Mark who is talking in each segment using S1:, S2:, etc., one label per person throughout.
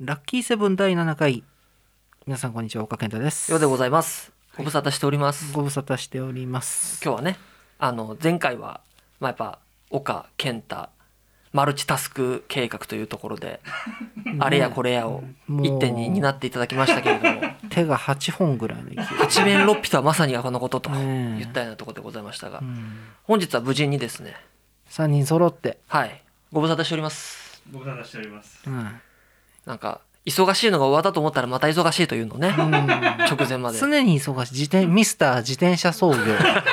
S1: ラッキーセブン第7回。皆さんこんにちは、岡健太です。
S2: ようでございま
S1: は
S2: す。
S1: い
S2: ご無沙汰しております。
S1: ご無沙汰しております。
S2: 今日はね、あの前回はまあやっぱ岡健太マルチタスク計画というところ で、あれやこれやを
S1: もう
S2: 一点に担っていただきましたけれ ども、
S1: 手が8本ぐらいの勢い。
S2: 八面六臂とはまさにこのことと
S1: ねえ
S2: 言ったようなところでございましたが
S1: う、ん、
S2: 本日は無事にですね、
S1: 3人揃って、
S2: はい、ご無沙汰しております。
S3: ご無沙汰しております。
S1: うん
S2: なんか忙しいのが終わったと思ったらまた忙しいというのをね、直前まで。い
S1: 常に忙しい自転ミスター自転車操業
S2: や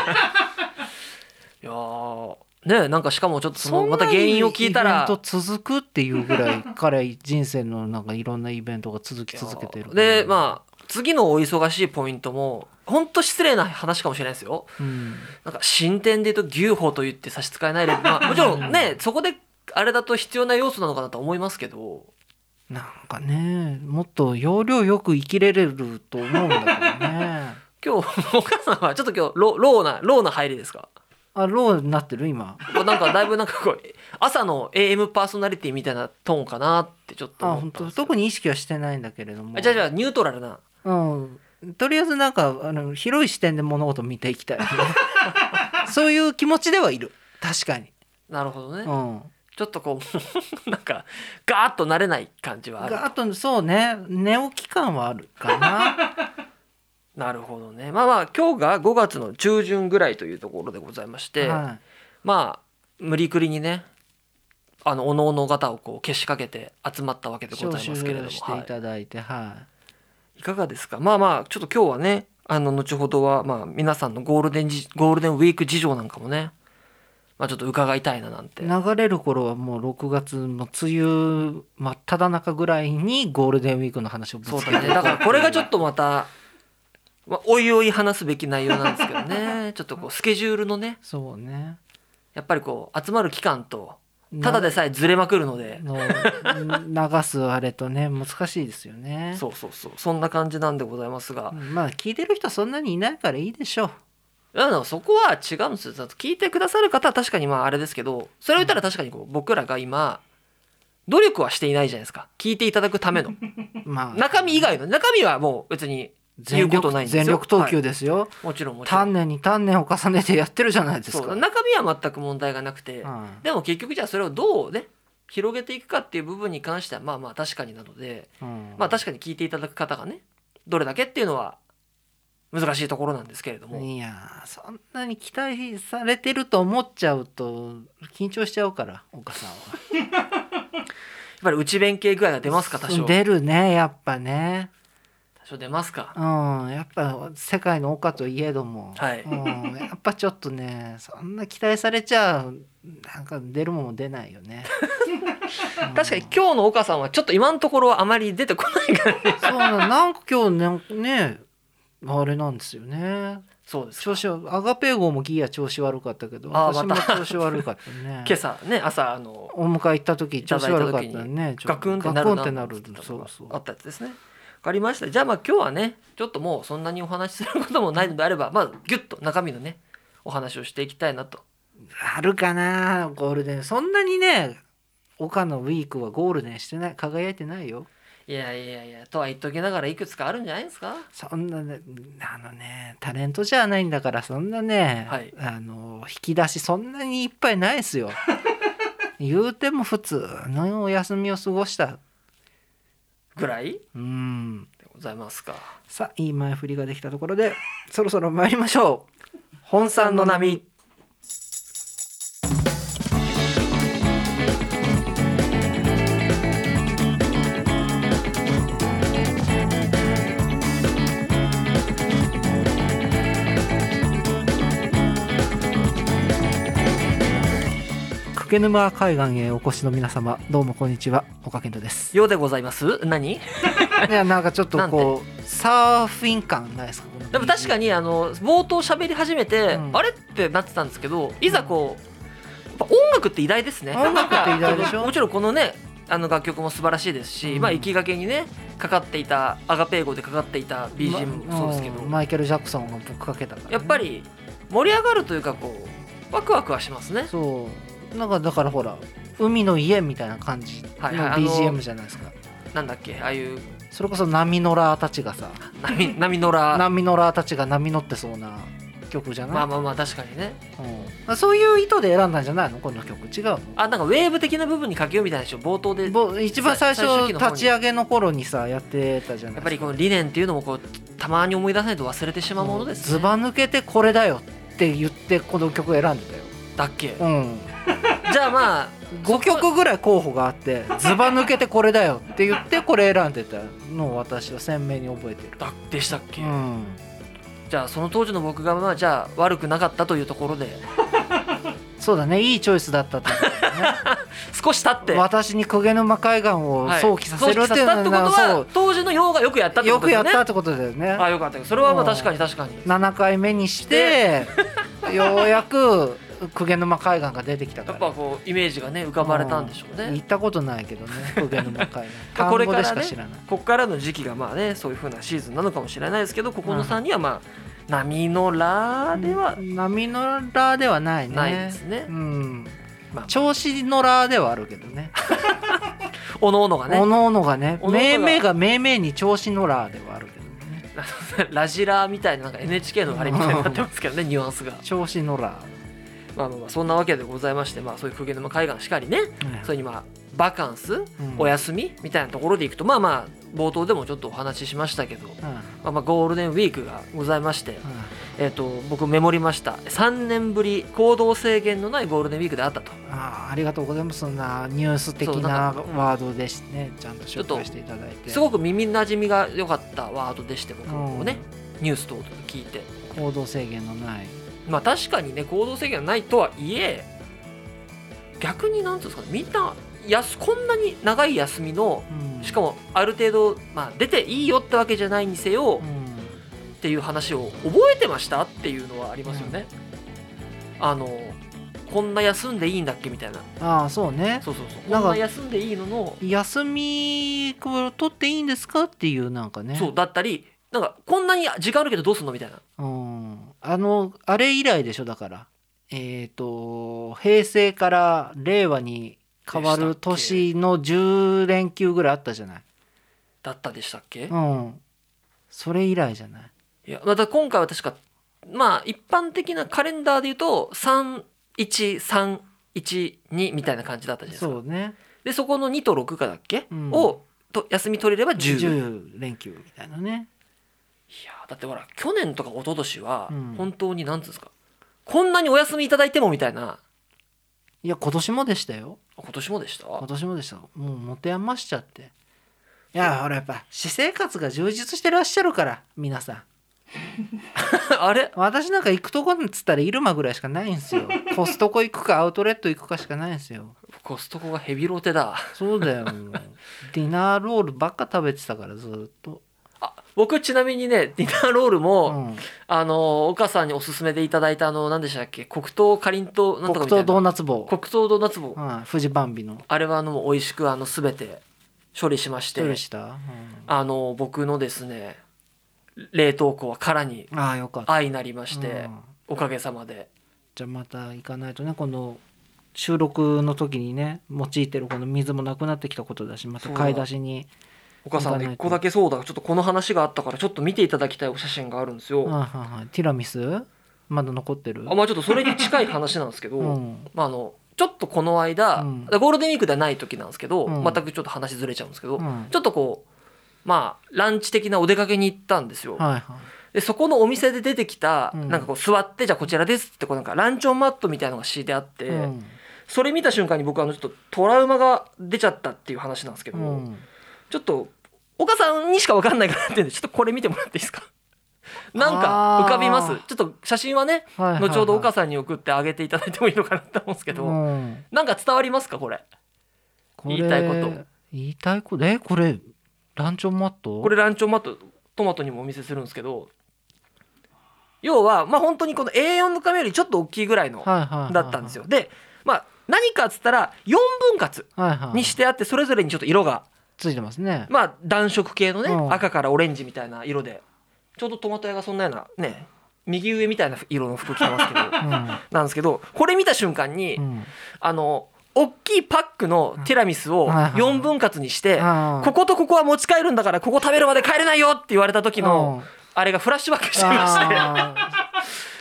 S2: ーねえなんかしかもちょっと そ
S1: そ
S2: の
S1: ん
S2: また原因を聞いたら。
S1: と続くっていうぐらい彼人生のなんかいろんなイベントが続き続けてる
S2: でまあ次のお忙しいポイントも本当失礼な話かもしれないですよ
S1: あ、うん
S2: なんか進展で言うと牛歩と言って差し支えないで、 まあ、もちろんねそこであれだと必要な要素なのかなと思いますけど
S1: なんかねもっと要領よく生きれれると思うんだけど ね
S2: 今日お母さんはちょっと今日ロローなローな入りですか
S1: あローになってる今
S2: これなんかだいぶなんかこう朝の AM パーソナリティみたいなトーンかなってちょっと
S1: あ
S2: 思
S1: 本
S2: ったん
S1: 当
S2: ですよ
S1: 特に意識はしてないんだけれども
S2: あじゃあじゃあニュートラルな
S1: うん、とりあえずなんかあの広い視点で物事を見ていき たい、ね、そういう気持ちではいる確かに、
S2: なるほどね、
S1: うん、
S2: ちょっとこう なんかガーッとなれない感じはある
S1: あとそうね寝起き感はあるかな
S2: なるほどねまあまあ今日が5月の中旬ぐらいというところでございまして、
S1: は
S2: まあ無理くりにねあのおのおの方をこうけしかけて集まったわけ
S1: い、
S2: でご
S1: 招
S2: ざい
S1: 集
S2: ますけれども
S1: し、てい
S2: は、
S1: ただいてはい
S2: いかがですかまあまあちょっと今日はねあの後ほどはまあ皆さんのゴールデンじゴールデンウィーク事情なんかもね、まあ、ちょっと伺いたいななんて
S1: い、流れる頃はもう6月の梅雨真っ只中ぐらいにゴールデンウィークの話をぶつけ
S2: そ
S1: て
S2: うだねだからこれがちょっとまた、まあ、おいおい話すべき内容なんですけどねちょっとこうスケジュールのね
S1: そうね
S2: やっぱりこう集まる期間とただでさえずれまくるので
S1: の 流すあれとね難しいですよね
S2: そうそうそうそんな感じなんでございますが、
S1: うんまあ聞いてる人はそんなにいないからいいでしょう
S2: いやでもそこは違うんですよだって聞いてくださる方は確かにまああれですけどそれを言ったら確かにこう僕らが今努力はしていないじゃないですか聞いていただくための
S1: まあ
S2: 中身以外の中身はもう別に言
S1: 全
S2: うこと
S1: 力
S2: ないんですよ
S1: 全力投
S2: は
S1: 球ですよ、
S2: いもちろんもちろ
S1: 丹
S2: ん
S1: 念に丹念を重ねてやってるじゃないです
S2: そ
S1: か
S2: う中身は全く問題がなくて、
S1: うん
S2: でも結局じゃあそれをどうね広げていくかっていう部分に関してはまあまあ確かになので、
S1: うん
S2: まあ確かに聞いていただく方がねどれだけっていうのは難しいところなんですけれども、
S1: いやーそんなに期待されてると思っちゃうと緊張しちゃうから岡さんは
S2: やっぱり内弁慶具合が出ますか多少
S1: 出るねやっぱね
S2: 多少出ますか
S1: うんやっぱ世界の岡といえども、
S2: はい
S1: うん、やっぱちょっとねそんな期待されちゃうなんか出るもん出ないよ ね
S2: 確かに今日の岡さんはちょっと今のところはあまり出てこないからね
S1: そうななんか今日ねねあれなんですよね
S2: そうです
S1: 調子はアガペー号もギア調子悪かったけど
S2: あー
S1: 私も
S2: また
S1: 調子悪かったね
S2: 今朝ね朝あの
S1: お迎え行った時調子悪かったねちょ
S2: ガ
S1: っ
S2: ク
S1: と
S2: ンってなる
S1: ガク
S2: な
S1: ンってなる
S2: と
S1: そう
S2: か
S1: そ
S2: あ
S1: う
S2: ったやつですねわかりましたじゃあまあ今日はねちょっともうそんなにお話しすることもないのであればまあギュッと中身のねお話をしていきたいなと
S1: あるかなゴールデンそんなにね岡のウィークはゴールデンしてない輝いてないよ
S2: いやいやいやとは言っときながらいくつかあるんじゃないですか
S1: そんなねあのねタレントじゃないんだからそんなね、
S2: はい
S1: あの引き出しそんなにいっぱいないです よ言うても普通のお休みを過ごした
S2: ぐらいで
S1: うん
S2: ございますか
S1: さあいい前振りができたところ でそろそろ参りましょう
S2: 本山の波
S1: 久毛沼海岸へお越しの皆様どうもこんにちは岡健人です
S2: ようでございます何
S1: いやなんかちょっとこうサーフィン感ないですか
S2: でも確かにあの冒頭喋り始めて、
S1: うん
S2: あれってなってたんですけどいざこうやっぱ音楽って偉大ですね
S1: 音楽って偉大でしょ
S2: もちろんこのねあの楽曲も素晴らしいですし、
S1: うん
S2: まあ行きがけにねかかっていたアガペー号でかかっていた BGM も
S1: ま
S2: そうですけど、
S1: んマイケル・ジャクソンが僕かけたからね、
S2: やっぱり盛り上がるというかこうワクワクはしますね
S1: そうなんかだからほら海の家みたいな感じの
S2: はいはいあの
S1: BGM じゃないですか、
S2: なんだっけああいう
S1: それこそ波のラーたちがさ
S2: 波波のら
S1: 波のラーたちが波乗ってそうな曲じゃない、
S2: まあまあまあ確かにね
S1: うん、そういう意図で選んだんじゃないのこの曲違うの
S2: あなんかウェーブ的な部分にかけようみたいな人冒頭でや
S1: ぼ一番最
S2: さ最初
S1: 初
S2: 期の方に
S1: 立ち上げの頃にさやってたじゃない
S2: っぱりこの理念っていうのもこうたまに思い出さないと忘れてしまうものです、ね、
S1: ずば抜けてこれだよって言ってこの曲選んで
S2: だっけ
S1: たよ、うん、
S2: じゃあまあ
S1: 5曲ぐらい候補があ ってずば抜けてこれだよって言ってこれ選んでたのを私は鮮明に覚えてる、
S2: だでしたっけ、
S1: うん、
S2: じゃあその当時の僕がまあじゃあ悪くなかったというところで
S1: そうだねいいチョイスだ ったと思うよ
S2: 少し経って
S1: ね私に鵠沼海岸を
S2: はい
S1: 想起させるっていう
S2: 想起させたって
S1: の
S2: こと
S1: はそ
S2: は
S1: う
S2: 当時の用がよくやったってこ
S1: よ
S2: と
S1: く
S2: です
S1: や
S2: よ
S1: っ
S2: ね
S1: たってことだよね
S2: あよかったそれはまあ確かに確かに
S1: 7回目にして ようやく鵠沼海岸が出てきた
S2: や
S1: か
S2: っ
S1: ら
S2: ぱこうイメージがね浮かばれたんでしょうね、
S1: 行ったことないけどね鵠沼海岸
S2: まあ
S1: 単
S2: これ
S1: 語
S2: から
S1: で
S2: ね
S1: しか知らない
S2: ここからの時期がまあねそういう風なシーズンなのかもしれないですけどここ
S1: う
S2: の
S1: ん
S2: 3人はまあ波のラでは
S1: 波のラーではないね
S2: ないですね
S1: うん
S2: まあ
S1: 調子のラーではあるけどね
S2: おのおのが
S1: お
S2: ね
S1: のおのがね
S2: おのおのが
S1: 命名が命名に調子のラーではあるけどね
S2: ラジラみたいななんか NHK のあれみたいになってますけどねニュアンスが、
S1: 調子のラ
S2: まあ、まあまあそんなわけでございましてまあそういう鵠沼海岸しかりね
S1: ー
S2: それにまあバカンス
S1: うん
S2: お休みみたいなところでいくとまあまあ冒頭でもちょっとお話ししましたけど、
S1: うんうん
S2: まあ、まあゴールデンウィークがございまして、えっと僕メモりました3年ぶり行動制限のないゴールデンウィークであったと
S1: あーありがとうございますそんなニュース的
S2: そうな
S1: なん
S2: か
S1: ワードですねちゃんと紹
S2: ちょっと
S1: 介していただいて
S2: すごく耳なじみが良かったワードでして僕もね、ニュース等々聞いて
S1: 行動制限のない
S2: まあ確かにね行動制限がないとはいえ逆になんていうんですかねみんなやすこんなに長い休みのしか
S1: も、
S2: もある程度、まあ、出ていいよってわけじゃないにせ
S1: う
S2: よ、
S1: ん
S2: っていう話を覚えてましたっていうのはありますよね、あのこんな休んでいいんだっけみたいな
S1: ああそうね
S2: そうそうそうこ
S1: なん
S2: ん
S1: か
S2: な休んでいいのの、
S1: 休みこれ取っていいんですかっていうなんかね
S2: そうだったりなんかこんなに時間あるけどどうすんのみたいな
S1: うん、あのあれ以来でしょだからえっ、と平成から令和に変わる年の10連休ぐらいあったじゃない、
S2: だったでしたっけ、
S1: うん、それ以来じゃない
S2: いやまた今回は確かまあ一般的なカレンダーで言うと31312みたいな感じだったじゃないですか
S1: そうね
S2: でそこの2と6かだっけ、
S1: うん
S2: をと休み取れれば 10, いや
S1: 10連休みたいなね
S2: ーだってほら去年とか一昨年は
S1: うん
S2: 本当に何ていうんですか、こんなにお休みいただいてもみたいない
S1: や今年もでしたよ
S2: 今年もでした
S1: 今年もでしたもう持て余しちゃっていやほらやっぱ私生活が充実してらっしゃるから皆さん
S2: あれ
S1: 私なんか行くとこっつったら入間ぐらいしかないんですよコストコ行くかアウトレット行くかしかないんですよ
S2: コストコがヘビロテだ
S1: そうだよもうディナーロールばっか食べてたからずっと、
S2: あ僕ちなみにねディナーロール
S1: う
S2: も、
S1: ん、
S2: あの岡さんにおすすめでいただいたあの何でしたっけ黒糖かりんとうなんとか
S1: 黒
S2: みた
S1: 糖
S2: いな
S1: ドーナツ棒、
S2: 黒糖ドーナツ棒
S1: うん、フジバンビの
S2: あれはあの美味しくあの全て処理しまし
S1: ど
S2: て
S1: うした、
S2: あの僕のですね冷凍庫は空に
S1: うん、ああよかった
S2: 愛になりまして、
S1: うん
S2: おかげさまで
S1: じゃあまた行かないとねこの収録の時にね用いてるこの水もなくなってきたことだしまた
S2: そうだ
S1: 買い出しに
S2: 岡さん
S1: いかないと
S2: ね一個だけそうだちょっとこの話があったからちょっと見ていただきたいお写真があるんですよ、
S1: うんはいはいティラミスまだ残ってる
S2: あまあちょっとそれに近い話なんですけど、
S1: うん
S2: まあ、あのちょっとこの間、
S1: うん
S2: ゴールデンウィークではない時なんですけど、
S1: うん
S2: 全くちょっと話ずれちゃうんですけど、
S1: うんはい
S2: ちょっとこうまあランチ的なお出かけに行ったんですよ、
S1: はい
S2: でそこのお店で出てきた、
S1: うん
S2: なんかこう座ってじゃあこちらですってこうなんかランチョンマットみたいなのが敷いてあって、
S1: うん
S2: それ見た瞬間に僕あのちょっとトラウマが出ちゃったっていう話なんですけど、
S1: うん
S2: ちょっと岡さんにしか分かんないからっていうんでちょっとこれ見てもらっていいですかなんか浮かびます
S1: あー
S2: ちょっと写真はね
S1: はいはいはい
S2: 後ほど岡さんに送ってあげていただいてもいいのかなと思うんですけど、
S1: うん
S2: なんか伝わりますかこれ
S1: これ
S2: 言いたいこと
S1: 言いたいことえこれランチョンマット
S2: これランチョンマットトマトにもお見せするんですけど要はまあ本当にこの A4 の紙よりちょっと大きいぐらいの
S1: はいはいはいはい
S2: だったんですよでまあ何かっつったら4分割
S1: はいはい
S2: にしてあってそれぞれにちょっと色が
S1: ついてますね
S2: まあ暖色系のね
S1: うん
S2: 赤からオレンジみたいな色でちょうどトマト屋がそんなようなね 右上みたいな色の服着てますけど
S1: うん
S2: なんですけどこれ見た瞬間に
S1: うん
S2: あの大きいパックのティラミスを
S1: はいはい
S2: 4分割にして、
S1: うん
S2: こことここは持ち帰るんだからここ食べるまで帰れないよって言われた時の
S1: うん
S2: あれがフラッシュバックしてまし て
S1: あー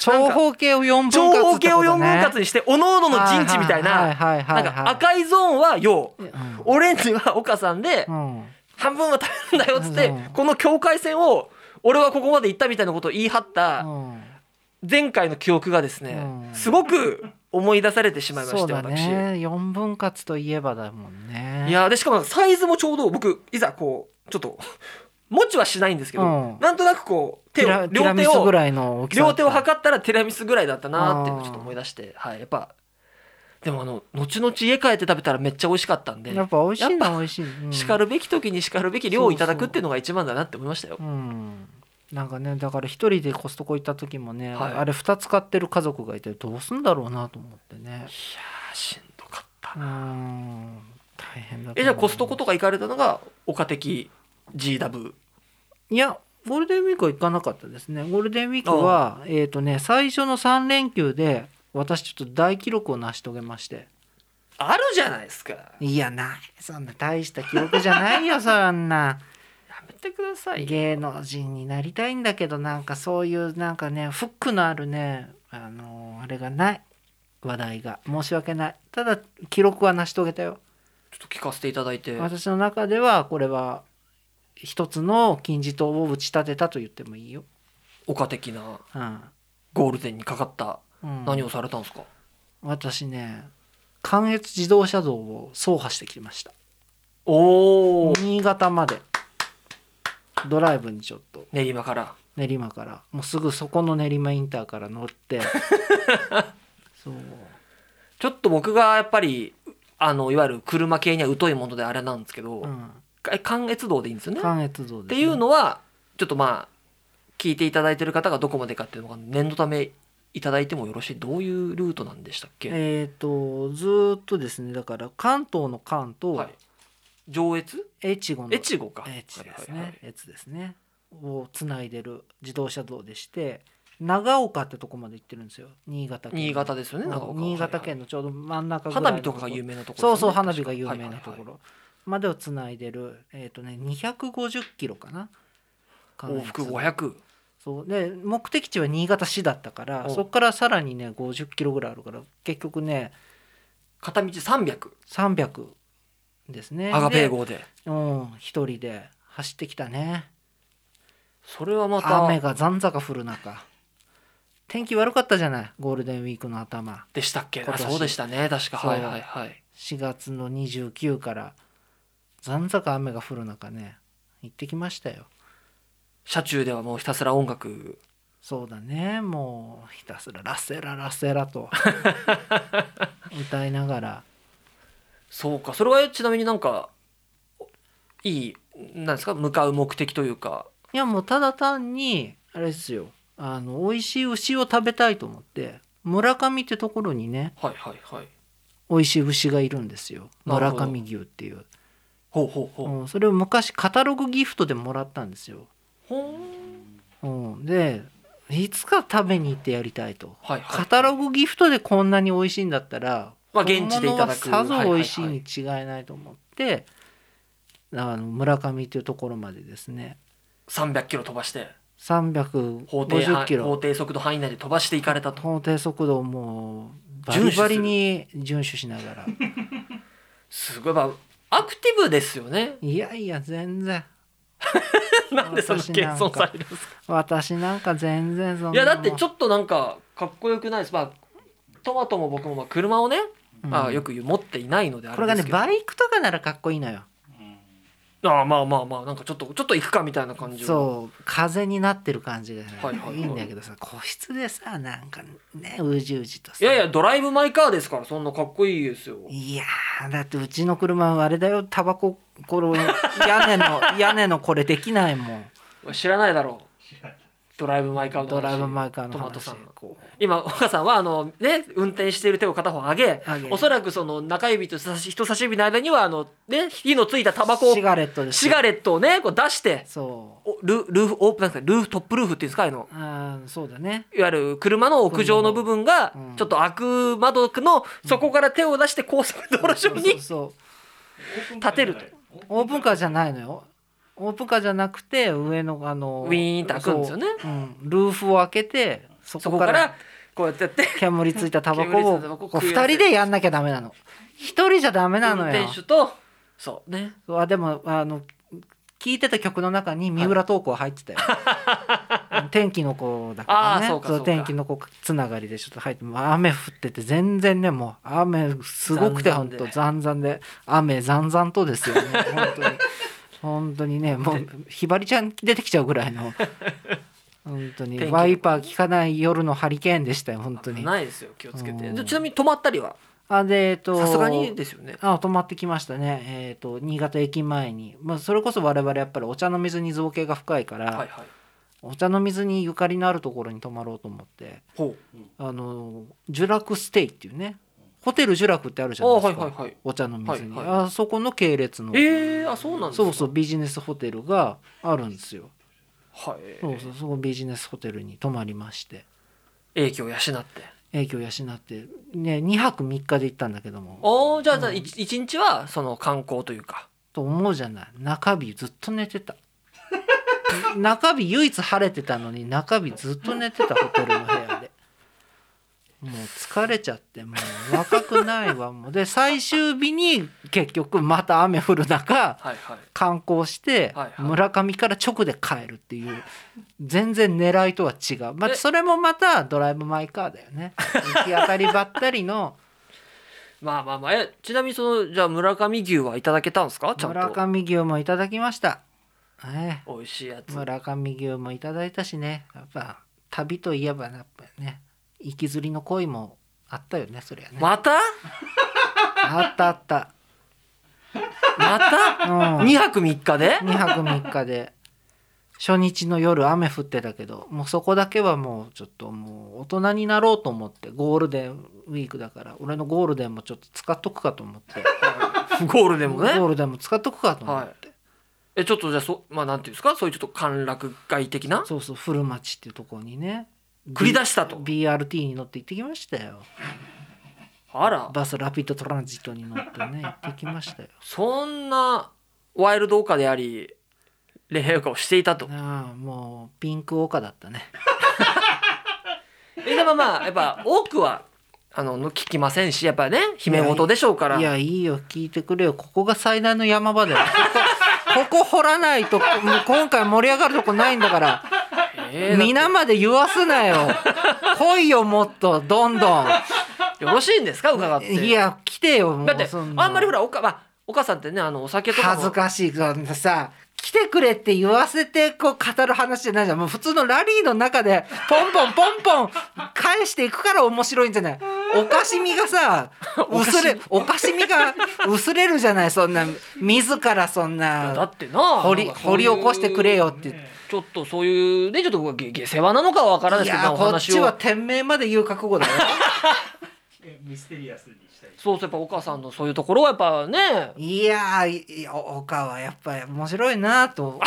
S1: 長方形を4分割
S2: 長方
S1: って
S2: 形
S1: こ
S2: を4
S1: と
S2: 分
S1: ね
S2: 割にしておのおのの陣地みた
S1: は
S2: い
S1: い
S2: な
S1: はいは
S2: な
S1: は
S2: い
S1: い
S2: ん
S1: はい
S2: か赤いゾーンは陽
S1: うん
S2: オレンジは岡さんで
S1: うん
S2: 半分は食べるんだよっつって
S1: うん
S2: この境界線を俺はここまで行ったみたいなことを言い張った
S1: うん
S2: 前回の記憶がですね
S1: うん
S2: すごく思い出されてしまいま
S1: そ
S2: し
S1: う
S2: て
S1: だ
S2: 私。
S1: ね4分割といえばだもんね
S2: いやーでしかもサイズもちょうど僕いざこうちょっと持ちはしないんですけど、
S1: うん
S2: なんとなくこう手
S1: ティ
S2: を
S1: ラティラ
S2: 両
S1: ミ
S2: 手
S1: スぐ
S2: を
S1: らいの大きさ
S2: 両手を
S1: だった
S2: 測ったらティラミスぐらいだったなーっていうの
S1: あー
S2: をちょっと思い出してはいやっぱでもあの後々家帰って食べたらめっちゃ美味しかったんで
S1: やっぱ美味しい
S2: やっ
S1: な
S2: ぱ
S1: 美味しい、うん
S2: しかるべき時にしかるべき量をいただくっていうのが一番だなって思いましたよ
S1: うんなんかねだから一人でコストコ行った時もね、
S2: はい
S1: あれ2つ買ってる家族がいてどうすんだろうなと思ってね
S2: いやーしんどかった
S1: う
S2: なん
S1: 大変だと思う
S2: えじゃあコストコとか行かれたのが岡的 GW
S1: いやゴールデンウィークは行かなかったですねゴールデンウィークはえっ、とね最初の3連休で私ちょっと大記録を成し遂げまして
S2: あるじゃないですかや
S1: いやないそんな大した記録じゃない よそんな
S2: めてください
S1: 芸能人になりたいんだけどなんかそういうなんかねフックのあるねあのーあれがない話題が申し訳ないただ記録は成し遂げたよ
S2: ちょっと聞かせていただいて
S1: 私の中ではこれは一つの金字塔を打ち立てたと言ってもいいよ、
S2: 岡的な
S1: うん
S2: ゴールデンにかかった
S1: うん、
S2: 何をされたんですか、
S1: 私ね関越自動車道を走破してきました
S2: おお
S1: 新潟までドライブにちょっと
S2: 練馬から
S1: 練馬からもうすぐそこの練馬インターから乗って そう
S2: ちょっと僕がやっぱりあのいわゆる車系には疎いものであれなんですけど、
S1: うん
S2: か関越道でいいんですよねっ
S1: 関越道ですね、
S2: ていうのはちょっとまあ聞いていただいてる方がどこまでかっていうのが念のためいただいてもよろしいどういうルートなんでしたっけ、
S1: えっ、とずーっとですねだから関東の関と、
S2: はい、上越
S1: 越後の
S2: 越後か
S1: 越です
S2: はいはいは
S1: ね
S2: い
S1: 越ですねをつないでる自動車道でして長岡ってとこまで行ってるんですよ新潟県の
S2: 新潟ですよね長岡
S1: 新潟県のちょうど真ん中ぐらい
S2: 花火とかが有名なところですよ
S1: そ
S2: ね、
S1: うそう花火が有名なと
S2: はい
S1: こ
S2: はいはい
S1: ろまでをつないでるえっ、とね250キロかな
S2: 往復500
S1: そうで目的地は新潟市だったから
S2: お
S1: そこからさらにね50キロぐらいあるから結局ね
S2: 片道300
S1: 300ですね
S2: アガペー
S1: で
S2: 号で
S1: うん一人で走ってきたね
S2: それはまた
S1: 雨がざんざか降る中天気悪かったじゃないゴールデンウィークの頭
S2: でしたっけ
S1: 今
S2: あ
S1: 年
S2: そうでしたね確か
S1: そう
S2: はいはいはい
S1: 4月の29からざんざか雨が降る中ね行ってきましたよ
S2: 車中ではもうひたすら音楽
S1: そうだねもうひたすらラッセララッセラと歌いながら
S2: そうかそれはちなみになんかいいなんですか向かう目的というか
S1: いやもうただ単にあれですよあの美味しい牛を食べたいと思って村上ってところにね
S2: はいはいはい
S1: 美味しい牛がいるんですよ
S2: なる
S1: 村
S2: ほど
S1: 上牛っていう、
S2: ほうほうほう、
S1: うん、それを昔カタログギフトでもらったんですよ、
S2: ほん
S1: うん、でいつか食べに行ってやりたいと
S2: はいはい
S1: カタログギフトでこんなに美味しいんだったら、
S2: まあ現地でいただく
S1: 本物はさぞ美味しい
S2: はいは
S1: に
S2: い
S1: 違いないと思って、あの村上というところまでですね
S2: 300キロ飛ばして法定
S1: 350キロ
S2: 法定速度範囲内で飛ばしていかれたと
S1: 法定速度をもうバ
S2: 遵
S1: リ
S2: 守する
S1: バリに遵守しなが ら
S2: すごいまあアクティブですよね
S1: いやいや全然
S2: なんでそんな謙遜されるんですか
S1: 私なんか全然そんない
S2: やだってち
S1: ょ
S2: ょっとなんかかっこよくないですまあトマトも僕もまあ車をね、まあ、よく言う持っていないのであ
S1: こ
S2: れ
S1: れが
S2: ですけ
S1: ね
S2: ど
S1: バイクとかならかっこいいのよ
S2: ああまあまあまあなんかちょっとちょっと行くかみたいな感じう
S1: そう風になってる感じがね、
S2: はい
S1: い
S2: はいはい
S1: い、んだけどさ個室でさなんかねうじうじとさ
S2: いやいやドライブ・マイ・カーですからそんなかっこいいですよ
S1: いやーだってうちの車はあれだよタバコ この屋根の屋根のこれできないもん
S2: 知らないだろドライブ・マイ・カーの話
S1: ドライブ・マイ・カーの
S2: トマ
S1: 話
S2: トさんの
S1: こ
S2: 今岡さんはあの、ね、運転している手を片方上げ
S1: 上げ
S2: おそらくその中指と人差し人差し指の間にはあの、ね、火のついたタバコ
S1: うシガレットです
S2: シガレットをねこう出して
S1: そ
S2: おルルーフオープンなんですかルーフトップルーフっていうんですかあの
S1: うあーそうだね
S2: いわゆる車の屋上の部分が
S1: うん
S2: ちょっと開く窓のそこから手を出して高速道路
S1: そ
S2: 上
S1: う
S2: に
S1: そう
S2: 立てると
S1: そうオープンカーじゃないのよオープンカーじゃなくて上のあの
S2: ウィーンって開くんですよね
S1: そううん、ルーフを開けてそ
S2: そ
S1: こ
S2: こ
S1: か
S2: かららこうやってやって
S1: 煙ついたタバコ
S2: 煙つい
S1: を
S2: たタバコを
S1: こう
S2: 食い合わ
S1: 2
S2: せ
S1: 人でやんなきゃダメなの1人じゃダメな
S2: 運
S1: のよ
S2: 転手とそうね
S1: あでもあの聴いてた曲の中に三浦透子は入って たよ、天気の子だから
S2: あー
S1: ね
S2: そうかそうか
S1: 天気の子つながりでちょっと入ってもう雨降ってて全然ねもう雨すごくて
S2: ざ
S1: ほ
S2: ん
S1: ん
S2: ざんで
S1: とざんざんで雨ざんざんとですよね本 当に本当にねもうひばりちゃん出てきちゃうぐらいの本当
S2: 天気の
S1: に
S2: 子
S1: ワイパー効かない夜のハリケーンでしたよ本当に
S2: ないですよ気をつけて
S1: うん
S2: でちなみに止まったりは
S1: あでえっと
S2: さすがにですよね
S1: あ止まってきましたね、えー、と新潟駅前に、まあ、それこそ我々やっぱりお茶の水に造形が深いから、
S2: はいはい
S1: お茶の水にゆかりのあるところに泊まろうと思って
S2: ほ
S1: あの聚楽ステイっていうねホテル聚楽ってあるじ
S2: う
S1: ゃ
S2: あ
S1: ないです
S2: は
S1: か、
S2: いはいはい
S1: お茶の水に、
S2: はいは
S1: あそこの系列の、
S2: えー、あそうなんですか
S1: そうそうビジネスホテルがあるんですよ、
S2: はい
S1: そうそうそこビジネスホテルに泊まりまして
S2: 影響を養って
S1: 影響を養って、ね、2泊3日で行ったんだけども
S2: おーじゃあじゃあ
S1: うん
S2: いち一日はその観光というか
S1: と思うじゃない中日ずっと寝てた 中日唯一晴れてたのに中日ずっと寝てたホテルの部屋でもう疲れちゃってもう若くないわもうで最終日に結局また雨降る中
S2: はいはい
S1: 観光して
S2: はいはい
S1: 村上から直で帰るっていう全然狙いとは違う、まあ、
S2: え
S1: それもまたドライブ・マイ・カーだよね行き当たりばったりの
S2: まあまあまあえちなみにそのじゃあ村上牛はいただけたんです かちゃん
S1: 村
S2: と
S1: 上牛もいただきました。ええ
S2: 美味しいやつ
S1: 村上牛もいただいたしねやっぱ旅といえばやっぱね行きずりの恋もあったよねそりゃね、
S2: また
S1: あったあった、
S2: また
S1: うん、2,
S2: 2泊3日で
S1: 泊3日で初日の夜雨降ってたけどもうそこだけはもうちょっともう大人になろうと思ってゴールデンウィークだから俺のゴールデンもちょっと使っとくかと思って
S2: ゴールでもね
S1: ゴールデンも使っとくかと思って、
S2: えちょっとじゃあそまあなんていうんですかそういうちょっと歓楽街的な
S1: そうそう古町っていうところにね
S2: 繰り出したと
S1: BRT に乗って行ってきましたよ
S2: あら
S1: バスラピッドトランジットに乗ってね行ってきましたよ。
S2: そんなワイルドオカであり恋愛カをしていたと
S1: ああもうピンク丘だったね。
S2: えでもまあやっぱ多くはあのの聞きませんしやっぱね姫事でしょうから
S1: いやいいよ聞いてくれよここが最大の山場だよ。 ここここ掘らないともう今回盛り上がるとこないんだから、
S2: えーだ
S1: 皆まで言わすなよ。来いよもっとどんどん。
S2: よろしいんですか伺って
S1: いや来てよもう
S2: だって
S1: そんな
S2: あんまりほらおか、まあ、お母さんってねあのお酒とかも
S1: 恥ずかしいからさ来てくれって言わせてこう語る話じゃないじゃんもう普通のラリーの中でポンポンポンポン返していくから面白いんじゃないおかしみが さ薄れおかしみが薄れるじゃないそんな自らそん
S2: だ
S1: な
S2: ってな
S1: 掘り
S2: なんかそういう
S1: 掘り起こしてくれよって
S2: ちょっとそういうねちょっと下下世話なのかは分からない
S1: い
S2: ですけ
S1: やー
S2: どお
S1: こっ
S2: 話
S1: ち
S2: を
S1: は店名まで言う覚悟だよ
S3: ミステリアスにしたい。
S2: そうそうやっぱお母さんのそういうところはやっぱね
S1: いやーいいや岡はやっぱり面白いな と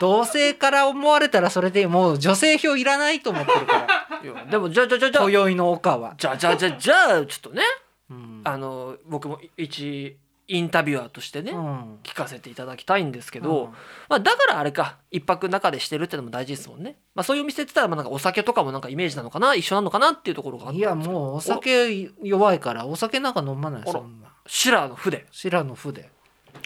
S1: 同性から思われたらそれでもう女性票いらないと思ってるから。
S2: いやでもじゃあじゃあじゃあじゃあ
S1: 今宵の岡は。
S2: じゃあじゃあじゃあじゃあちょっとね
S1: うん
S2: あの僕も一インタビュアーとしてね、
S1: うん
S2: 聞かせていただきたいんですけど、
S1: うん
S2: まあ、だからあれか一泊中でしてるってのも大事ですもんね、まあ、そういうお店って言ったらまあなんかお酒とかもなんかイメージなのかな一緒なのかなっていうところがあったん
S1: い
S2: です
S1: や
S2: けど
S1: もうお酒弱いからお酒なんか飲まない
S2: あら
S1: そんな
S2: シラーの筆
S1: 白の筆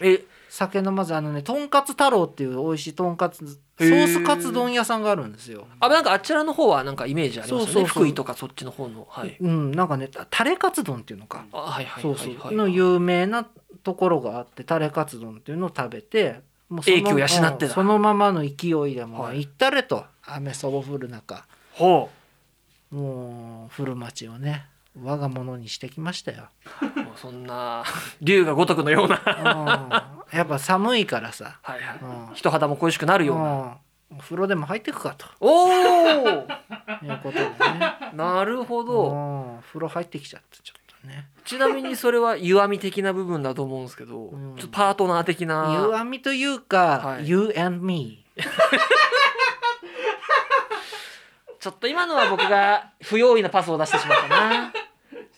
S2: え
S1: 酒飲まずあのねとんかつ太郎っていう美味しいとんかつソ
S2: へー
S1: ースカツ丼屋さんがあるんですよ
S2: あなんかあちらの方はなんかイメージありますよね
S1: そうそうそう
S2: 福井とかそっちの方のはい、
S1: うんなんかねたタレカツ丼っていうのか
S2: あはいはい
S1: そ
S2: は
S1: う
S2: い
S1: そ
S2: は
S1: う
S2: い
S1: の有名なところがあってタレカツ丼っていうのを食べてもうその
S2: 英気を養ってだ
S1: うんそのままの勢いでも
S2: は
S1: う
S2: い
S1: 行ったれと雨そぼ降る中
S2: ほ
S1: もう古町をね我が物にしてきましたよ
S2: うもうそんな龍が如くのような
S1: うんやっぱ寒いからさ、
S2: はいはい、
S1: うん
S2: 人肌も恋しくなるような、
S1: うんお風呂でも入ってくかと
S2: お お
S1: いうことでね
S2: なるほど
S1: うん風呂入ってきちゃってちょっとね
S2: ちなみにそれは弱み的な部分だと思うんですけど、
S1: うん
S2: ちょっとパートナー的
S1: 夕
S2: な
S1: 闇というか、
S2: はい
S1: You and me
S2: ちょっと今のは僕が不用意なパスを出してしまった な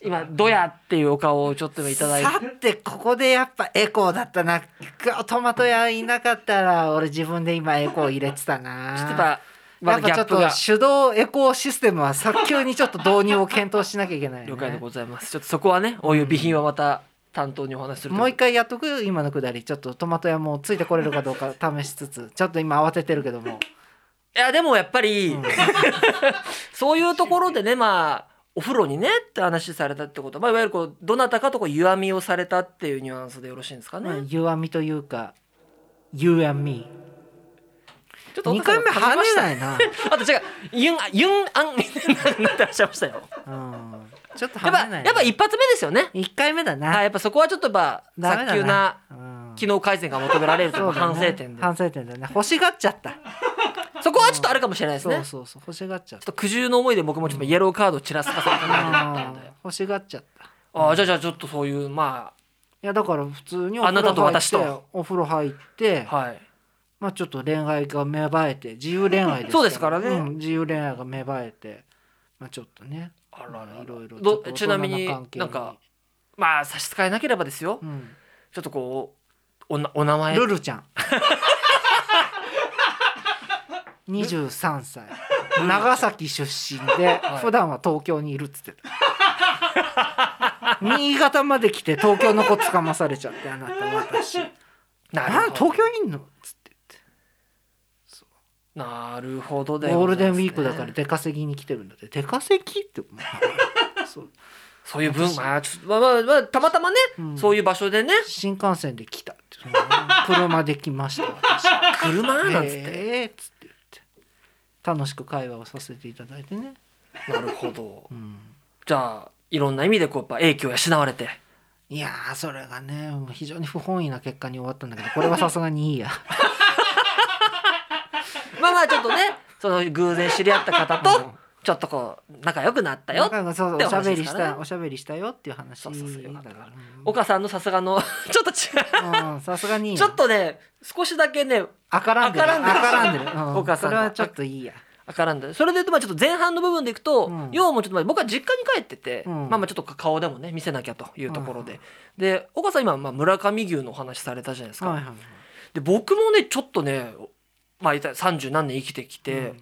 S2: 今「ドヤ」っていうお顔をちょっと今いただいて
S1: さてここでやっぱエコーだったなトマト屋いなかったら俺自分で今エコー入れてたな
S2: ちょっとやっぱま
S1: や
S2: だ
S1: っぱ
S2: ギャ
S1: ちょ
S2: ッ
S1: っ
S2: プ
S1: と
S2: が
S1: 手動エコーシステムは早急にちょっと導入を検討しなきゃいけない、ね、
S2: 了解でございますちょっとそこはねおいう備品はまた担当にお話しすると
S1: もう一回やっとく今のくだりちょっとトマト屋もついてこれるかどうか試しつつちょっと今慌ててるけども
S2: いやでもやっぱり、
S1: ん
S2: そういうところでねまあお風呂にねって話されたってこと、まあ、いわゆるこうどなたかとこう弱みをされたっていうニュアンスでよろしいんですかね、
S1: うん弱みというか You and me
S2: ちょっ
S1: 2回目跳ねないな、
S2: あと違うユンあユンアンみたいになってらっしゃいま したよ
S1: うん、ちょっと
S2: や
S1: 跳ね
S2: っぱ
S1: ないな
S2: やっぱ一発目ですよね
S1: 一回目だな、
S2: はいやっぱそこはちょっとやっぱ
S1: ダメだ
S2: 早急な
S1: うん
S2: 機能改善が求められるという
S1: そうだね
S2: 反省点でそ,、
S1: 反省点だね欲しがっちゃった
S2: こはちょっとあるかもしれないですね
S1: そう
S2: ちょ
S1: そうそう欲しがっちゃっ
S2: っと苦渋の思いで僕もちょっとイエローカードをちらつかされた
S1: た
S2: なと思った
S1: うん
S2: んで、
S1: 欲しがっちゃった
S2: ああじゃあじゃあちょっとそういうま
S1: いやだから普通にお
S2: あ
S1: 風
S2: なた
S1: 呂
S2: と
S1: 入っ
S2: 私
S1: て
S2: と
S1: お風呂入って
S2: あはい
S1: まあちょっと恋愛が芽生えて自由恋愛です
S2: そうですからね
S1: うん自由恋愛が芽生えてまあちょっとね
S2: あら
S1: まあいろいろ
S2: ど
S1: ょっと大人
S2: ちなみに
S1: 関係
S2: なんかまあ差し支えなければですよ、
S1: うん
S2: ちょっとこうおなお名前
S1: ルル ちゃん23歳長崎出身で
S2: はい
S1: 普段は東京にいるっつってた新潟まで来て東京の子つかまされちゃってあなた私
S2: な
S1: あ
S2: るほど
S1: 東京にいんのっつって
S2: なるほどで
S1: ゴールデンウ
S2: ござ
S1: ィーク
S2: いますね
S1: だから出稼ぎに来てるんだって出稼ぎって思 うそう、
S2: そういう文まあちょっとまあまあ、まあ、たまたまね、
S1: うん
S2: そういう場所でね
S1: 新幹線で来たって 言うのね車で来ました私
S2: 車 なんつって、
S1: えーっつって言って楽しく会話をさせていただいてね、
S2: なるほど
S1: うん、
S2: じゃあいろんな意味でこうやっぱ影響を養われて
S1: いやーそれがねもう非常に不本意な結果に終わったんだけどこれはさすがにいいや
S2: まあまあちょっとね その偶然知り合った方とちょっとこう仲良くなったよ
S1: なんかそう
S2: っ
S1: お
S2: て
S1: しゃ
S2: 話
S1: べ
S2: で
S1: り
S2: す
S1: し
S2: から
S1: た
S2: ね
S1: おしゃべりしたよっていう話だ
S2: そ
S1: か
S2: うそうそうよかったからら岡さんのさすがの ちょっと違
S1: うんさすがにいいうや
S2: ちょっとね少しだけね
S1: あからんでる
S2: あからんでる
S1: あからんでる、うん
S2: お母さん
S1: そ
S2: が
S1: れはちょっといいや
S2: わからんだそれで言うとまあちょっと前半の部分でいくと、
S1: うん
S2: 要はもうちょっと前僕は実家に帰ってて、
S1: うん
S2: まあまあちょっと顔でもね見せなきゃというところで、で岡さん今まあ村上牛のお話されたじゃないですか、
S1: はいはいはい
S2: で僕もねちょっとねまあ言ったら30何年生きてきて、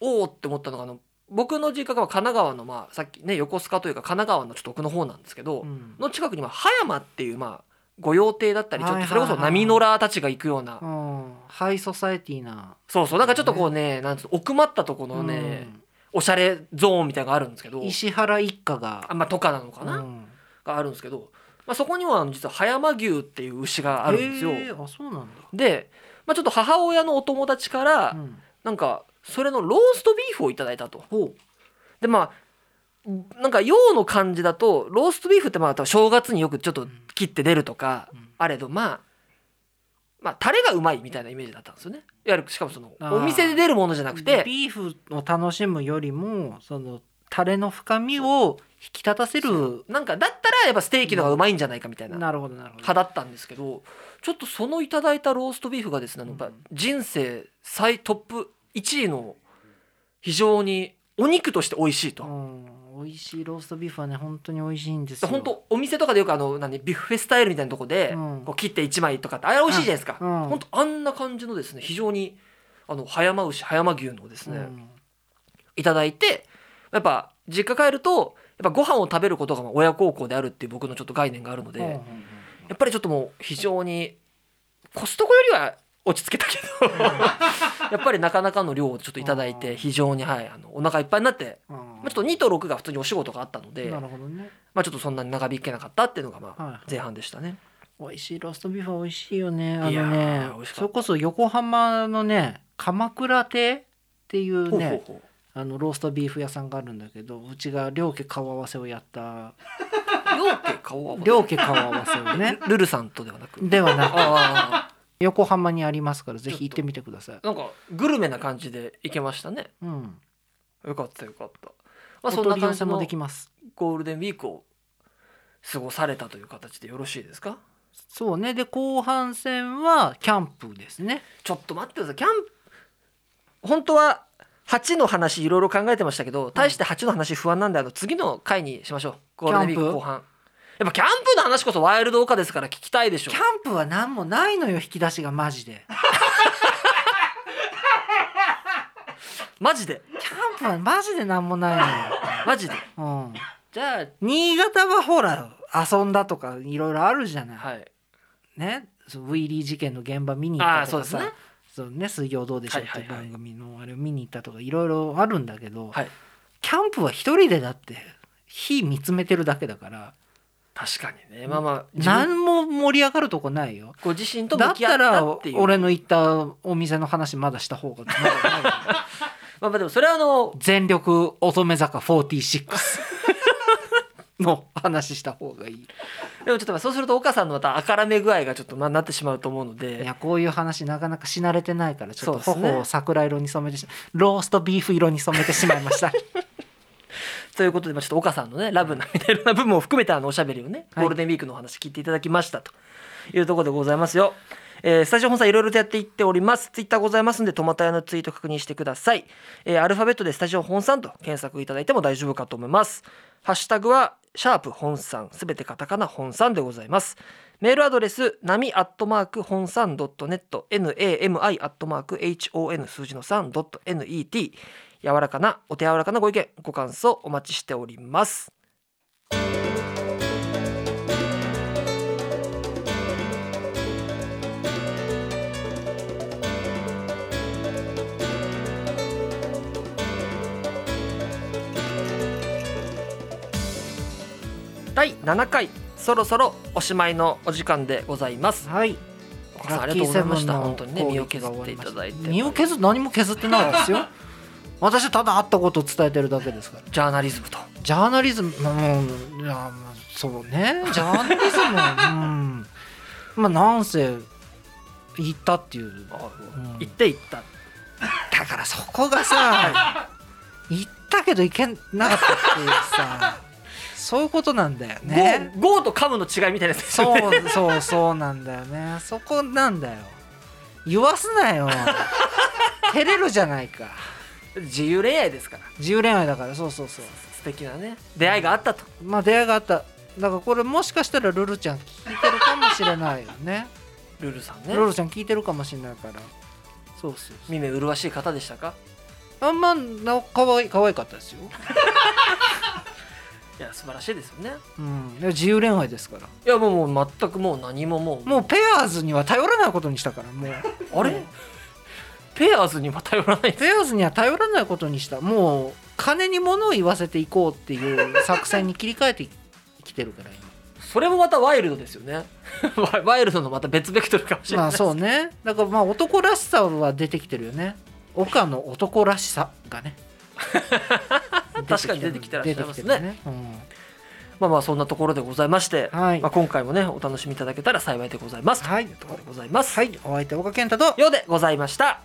S2: おおって思ったのがあの僕の実家が神奈川のまあさっきね横須賀というか神奈川のちょっと奥の方なんですけど、
S1: うんうん
S2: の近くにまあ葉山っていうまあ御用邸だったりちょっとそれこそ
S1: はいはいはい
S2: 波乗らたちが行くような、
S1: うんハイソサエティな
S2: そうそうなんかちょっとこうねなんつうの奥まったところのね、おしゃれゾーンみたいなのがあるんですけ
S1: う
S2: ど
S1: ん石原一家が
S2: あまあとかなのかな、
S1: うん
S2: があるんですけど、まあ、そこにはあの実は葉山牛っていう牛があるんですよ。
S1: へーあそうなんだ、
S2: で、まあ、ちょっと母親のお友達から、
S1: うん
S2: なんかそれのローストビーフをいただいたと。
S1: ほ
S2: でまあなんか洋の感じだとローストビーフってまあ多分正月によくちょっと切って出るとか、
S1: うん
S2: あれどまあまあタレがうまいみたいなイメージだったんですよね。いわゆるしかもその
S1: あー
S2: お店で出るものじゃなくて
S1: ビーフを楽しむよりもそのタレの深みを引き立たせる
S2: なんかだったらやっぱステーキの方がうまいんじゃないかみたいな
S1: なるほどなるほど
S2: 派だったんですけどちょっとそのいただいたローストビーフがですね、あの
S1: うん
S2: やっぱ人生最トップ1位の非常にお肉として美味しいと。
S1: うん、美味しいローストビーフはね本当に美味しいんですよ
S2: 本当お店とかでよくあの何ビュッフェスタイルみたいなとこで
S1: うん
S2: こう切って1枚とかってあれ美味しいじゃないですか、
S1: うん
S2: 本当あんな感じのですね非常にあの葉山牛葉山牛のです
S1: う
S2: ね、
S1: ん
S2: いただいてやっぱ実家帰るとやっぱご飯を食べることがまあ親孝行であるっていう僕のちょっと概念があるので、
S1: うん
S2: やっぱりちょっともう非常にコストコよりは落ち着けたけどやっぱりなかなかの量をちょっといただいて非常にはいあのお腹いっぱいになって、
S1: うん
S2: まあ、ちょっと2と6が普通にお仕事があったので、
S1: なるほどね
S2: まあ、ちょっとそんなに長引けなかったっていうのがま
S1: はいは
S2: あ
S1: い
S2: 前半でしたね。
S1: 美味しいローストビーフは美味しいよねあ
S2: いや
S1: のね
S2: ー美味しかった
S1: それこそ横浜のね鎌倉亭っていう
S2: ほう
S1: ね
S2: ほうほ
S1: あのローストビーフ屋さんがあるんだけどうちが両家顔合わせをやった
S2: う。両家顔合わせ
S1: 両家顔合わせをね
S2: ルルさんとではなく。
S1: ではなく
S2: あ
S1: 横浜にありますからぜひ行ってみてください。
S2: なんかグルメな感じで行けましたね
S1: うん、
S2: よかったよかったま
S1: お
S2: あそん
S1: 取
S2: な
S1: り
S2: 感
S1: 寄
S2: じ
S1: せも
S2: の
S1: できます。
S2: ゴールデンウィークを過ごされたという形でよろしいですか
S1: そうねで後半戦はキャンプですね。
S2: ちょっと待ってくださいキャンプ本当は8の話いろいろ考えてましたけど大して8の話不安なんであの次の回にしましょうゴールデンウィー
S1: キャン
S2: ク
S1: プ
S2: 後半やっぱキャンプの話こそワイルドオカですから聞きたいでしょ
S1: キャンプは何もないのよ引き出しがマジで。
S2: マジで
S1: キャンプはマジで何もない
S2: マジで
S1: のよ。う ん
S2: じゃあ
S1: 新潟はほら遊んだとかいろいろあるじゃない、
S2: はい
S1: ねそうウィリー事件の現場見に行ったとかさ
S2: あーそうですね
S1: そうね水曜どうでしょうって
S2: はいはいはい
S1: 番組のあれを見に行ったとかいろいろあるんだけど、
S2: はい
S1: キャンプは一人でだって火見つめてるだけだから
S2: 確かにねまあまあ自分
S1: 何も盛り上がるとこないよ
S2: ご自身と
S1: だ
S2: 向
S1: っ
S2: き合
S1: た
S2: った
S1: ら
S2: っていう
S1: 俺の行ったお店の話まだした方が
S2: まあまあでもそれはあの
S1: 全力乙女坂46 の話した方がいい
S2: でもちょっとまあそうすると岡さんのまたあからめ具合がちょっとまあなってしまうと思うの
S1: い
S2: で
S1: やこういう話なかなかし慣れてないからちょっ
S2: そ
S1: と
S2: うですね
S1: 頬を桜色に染めてしローストビーフ色に染めてしまいました
S2: ということでまあちょっと岡さんのねラブなみたいな部分を含めたあのおしゃべりをね
S1: は
S2: ゴ
S1: い
S2: ールデンウィークのお話聞いていただきましたというところでございますよ。えー、スタジオ本さんいろいろとやっていっておりますツイッターございますんでトマタヤのツイート確認してください、えー、アルファベットでスタジオ本さんと検索いただいても大丈夫かと思いますハッシュタグはシャープ本さんすべてカタカナ本さんでございますメールアドレス、なみアットマーク本さん .net、nami アットマーク hon 数字の 3.net、柔らかな、お手柔らかなご意見、ご感想お待ちしております。第7回、そろそろおしまいのお時間でございま す。
S1: はい
S2: 岡さんありがとうございました。本当にね、身を削っていただいて。
S1: 身を削って何も削ってない ですよ私はただ会ったことを伝えてるだけですから
S2: ジャーナリズムと。
S1: ジャーナリズムうんいやまあそうねジャーナリズムうんまあなんせ言ったっていううん
S2: 行って行った。
S1: だからそこがさ行ったけど行けなかったっていうさそういうことなんだよね
S2: ゴーゴーとカムの違いみたいなやつですよ
S1: そ
S2: ね。
S1: うそうそうなんだよねそこなんだよ言わすなよ照れるじゃないか
S2: 自由恋愛ですから。
S1: 自由恋愛だからそうそうそう
S2: 素敵なね、出会いがあったと。
S1: まあ出会いがあっただからこれもしかしたらルルちゃん聞いてるかもしれないよね
S2: ルルさんね。
S1: ルルちゃん聞いてるかもしれないからそうそうそう
S2: 耳麗しい方でしたか
S1: あんまなかわいかわいかったですよ、
S2: いや素晴らしいですよね
S1: うん、いや自由恋愛ですから
S2: いやもうもう全くもう何ももう
S1: もうペアーズには頼らないことにしたからもう
S2: あれペアーズにまた寄らない
S1: ペアーズには頼らないことにしたもう金に物を言わせていこうっていう作戦に切り替えてきてるから
S2: それもまたワイルドですよね ワイワイルドのまた別ベクトルかもしれ
S1: 今
S2: な
S1: ま
S2: い、
S1: あそうねだからまあ男らしさは出てきてるよね岡の男らしさがね
S2: 確かに出てきてらっしゃいますね
S1: 出てきてるね
S2: まあまあそんなところでございまして、
S1: うんはい
S2: まあ、今回もねお楽しみいただけたら幸いでございますと
S1: はい
S2: いうところでございます、
S1: はいお相手岡健太と
S2: ようでございました